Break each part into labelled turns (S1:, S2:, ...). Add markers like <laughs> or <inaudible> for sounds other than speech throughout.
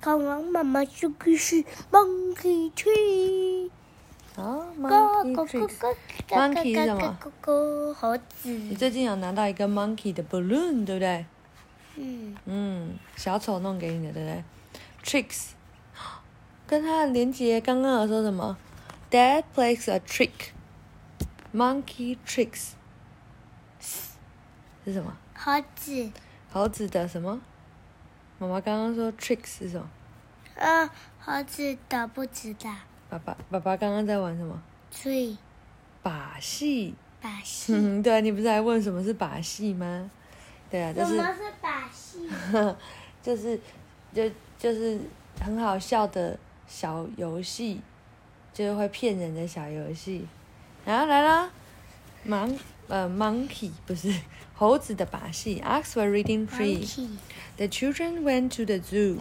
S1: 恐龙妈妈说故事，Monkey Tree。
S2: 啊
S1: 咯
S2: ，Monkey
S1: 咯咯
S2: Tricks。
S1: 咯
S2: Monkey 是什么
S1: 咯咯，猴
S2: 你
S1: 子。
S2: 最近有拿到一个 monkey 的 balloon，对不对？
S1: 嗯，
S2: 嗯，小丑弄给你的，对不对？Tricks，跟它的连接，刚刚有说什么？Dad plays a trick。Monkey tricks 是什么？
S1: 猴子。
S2: 猴子的什么？妈妈刚刚说 tricks 是什么？
S1: 呃，猴子的不知道。
S2: 爸爸爸爸刚刚在玩什么？
S1: 所以
S2: 把戏。
S1: 把戏。
S2: 嗯， <laughs> 对啊，你不是还问什么是把戏吗？对啊，就
S1: 什
S2: 是
S1: 么是把戏？
S2: 就是就就是很好笑的小游戏，就是会骗人的小游戏。然后来啦，盲呃 monkey 不是猴子的把戏。Oxford Reading Tree。
S1: Monkey
S2: The children went to the zoo。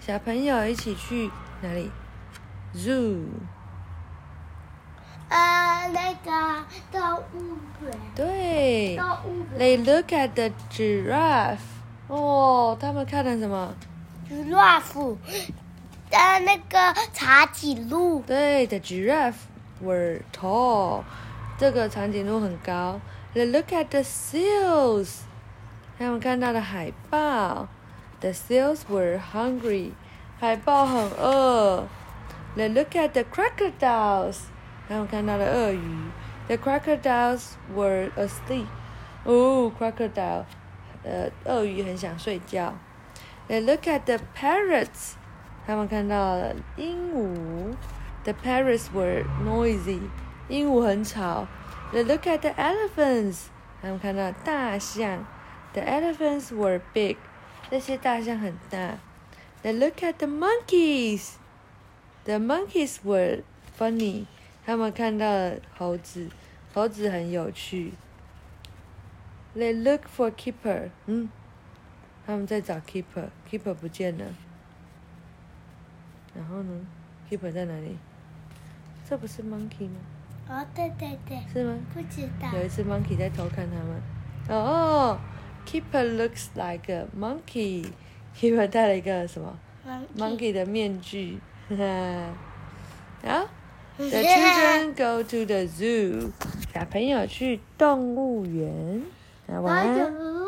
S2: 小朋友一起去哪里？Zoo。
S1: 呃，那个动物园，
S2: 对。
S1: 动物园
S2: They look at the giraffe。哦，他们看了什么？
S1: ，giraffe，呃，那个茶几鹿，
S2: 对，the giraffe were tall，这个长颈鹿很高。They look at the seals，他们看到了海豹。The seals were hungry，海豹很饿。They look at the crocodiles，他们看到了鳄鱼。The crocodiles were asleep，哦，crocodile，呃，鳄鱼很想睡觉。They look at the parrots，他们看到了鹦鹉。The parrots were noisy，鹦鹉很吵。They look at the elephants，他们看到了大象。The elephants were big，这些大象很大。They look at the monkeys。The monkeys were funny，他们看到了猴子，猴子很有趣。They look for keeper，嗯，他们在找 keeper，keeper 不见了。然后呢？keeper 在哪里？这不是 monkey 吗？
S1: 哦，对对对，
S2: 是吗？
S1: 不知道，
S2: 有一只 monkey 在偷看他们。哦、k e e p e r looks like a monkey。keeper 戴了一个什么
S1: monkey，
S2: monkey 的面具。 <laughs> 哈哈。好。The children go to the zoo。小朋友去动物园。啊晚
S1: 然后
S2: 安。
S1: 就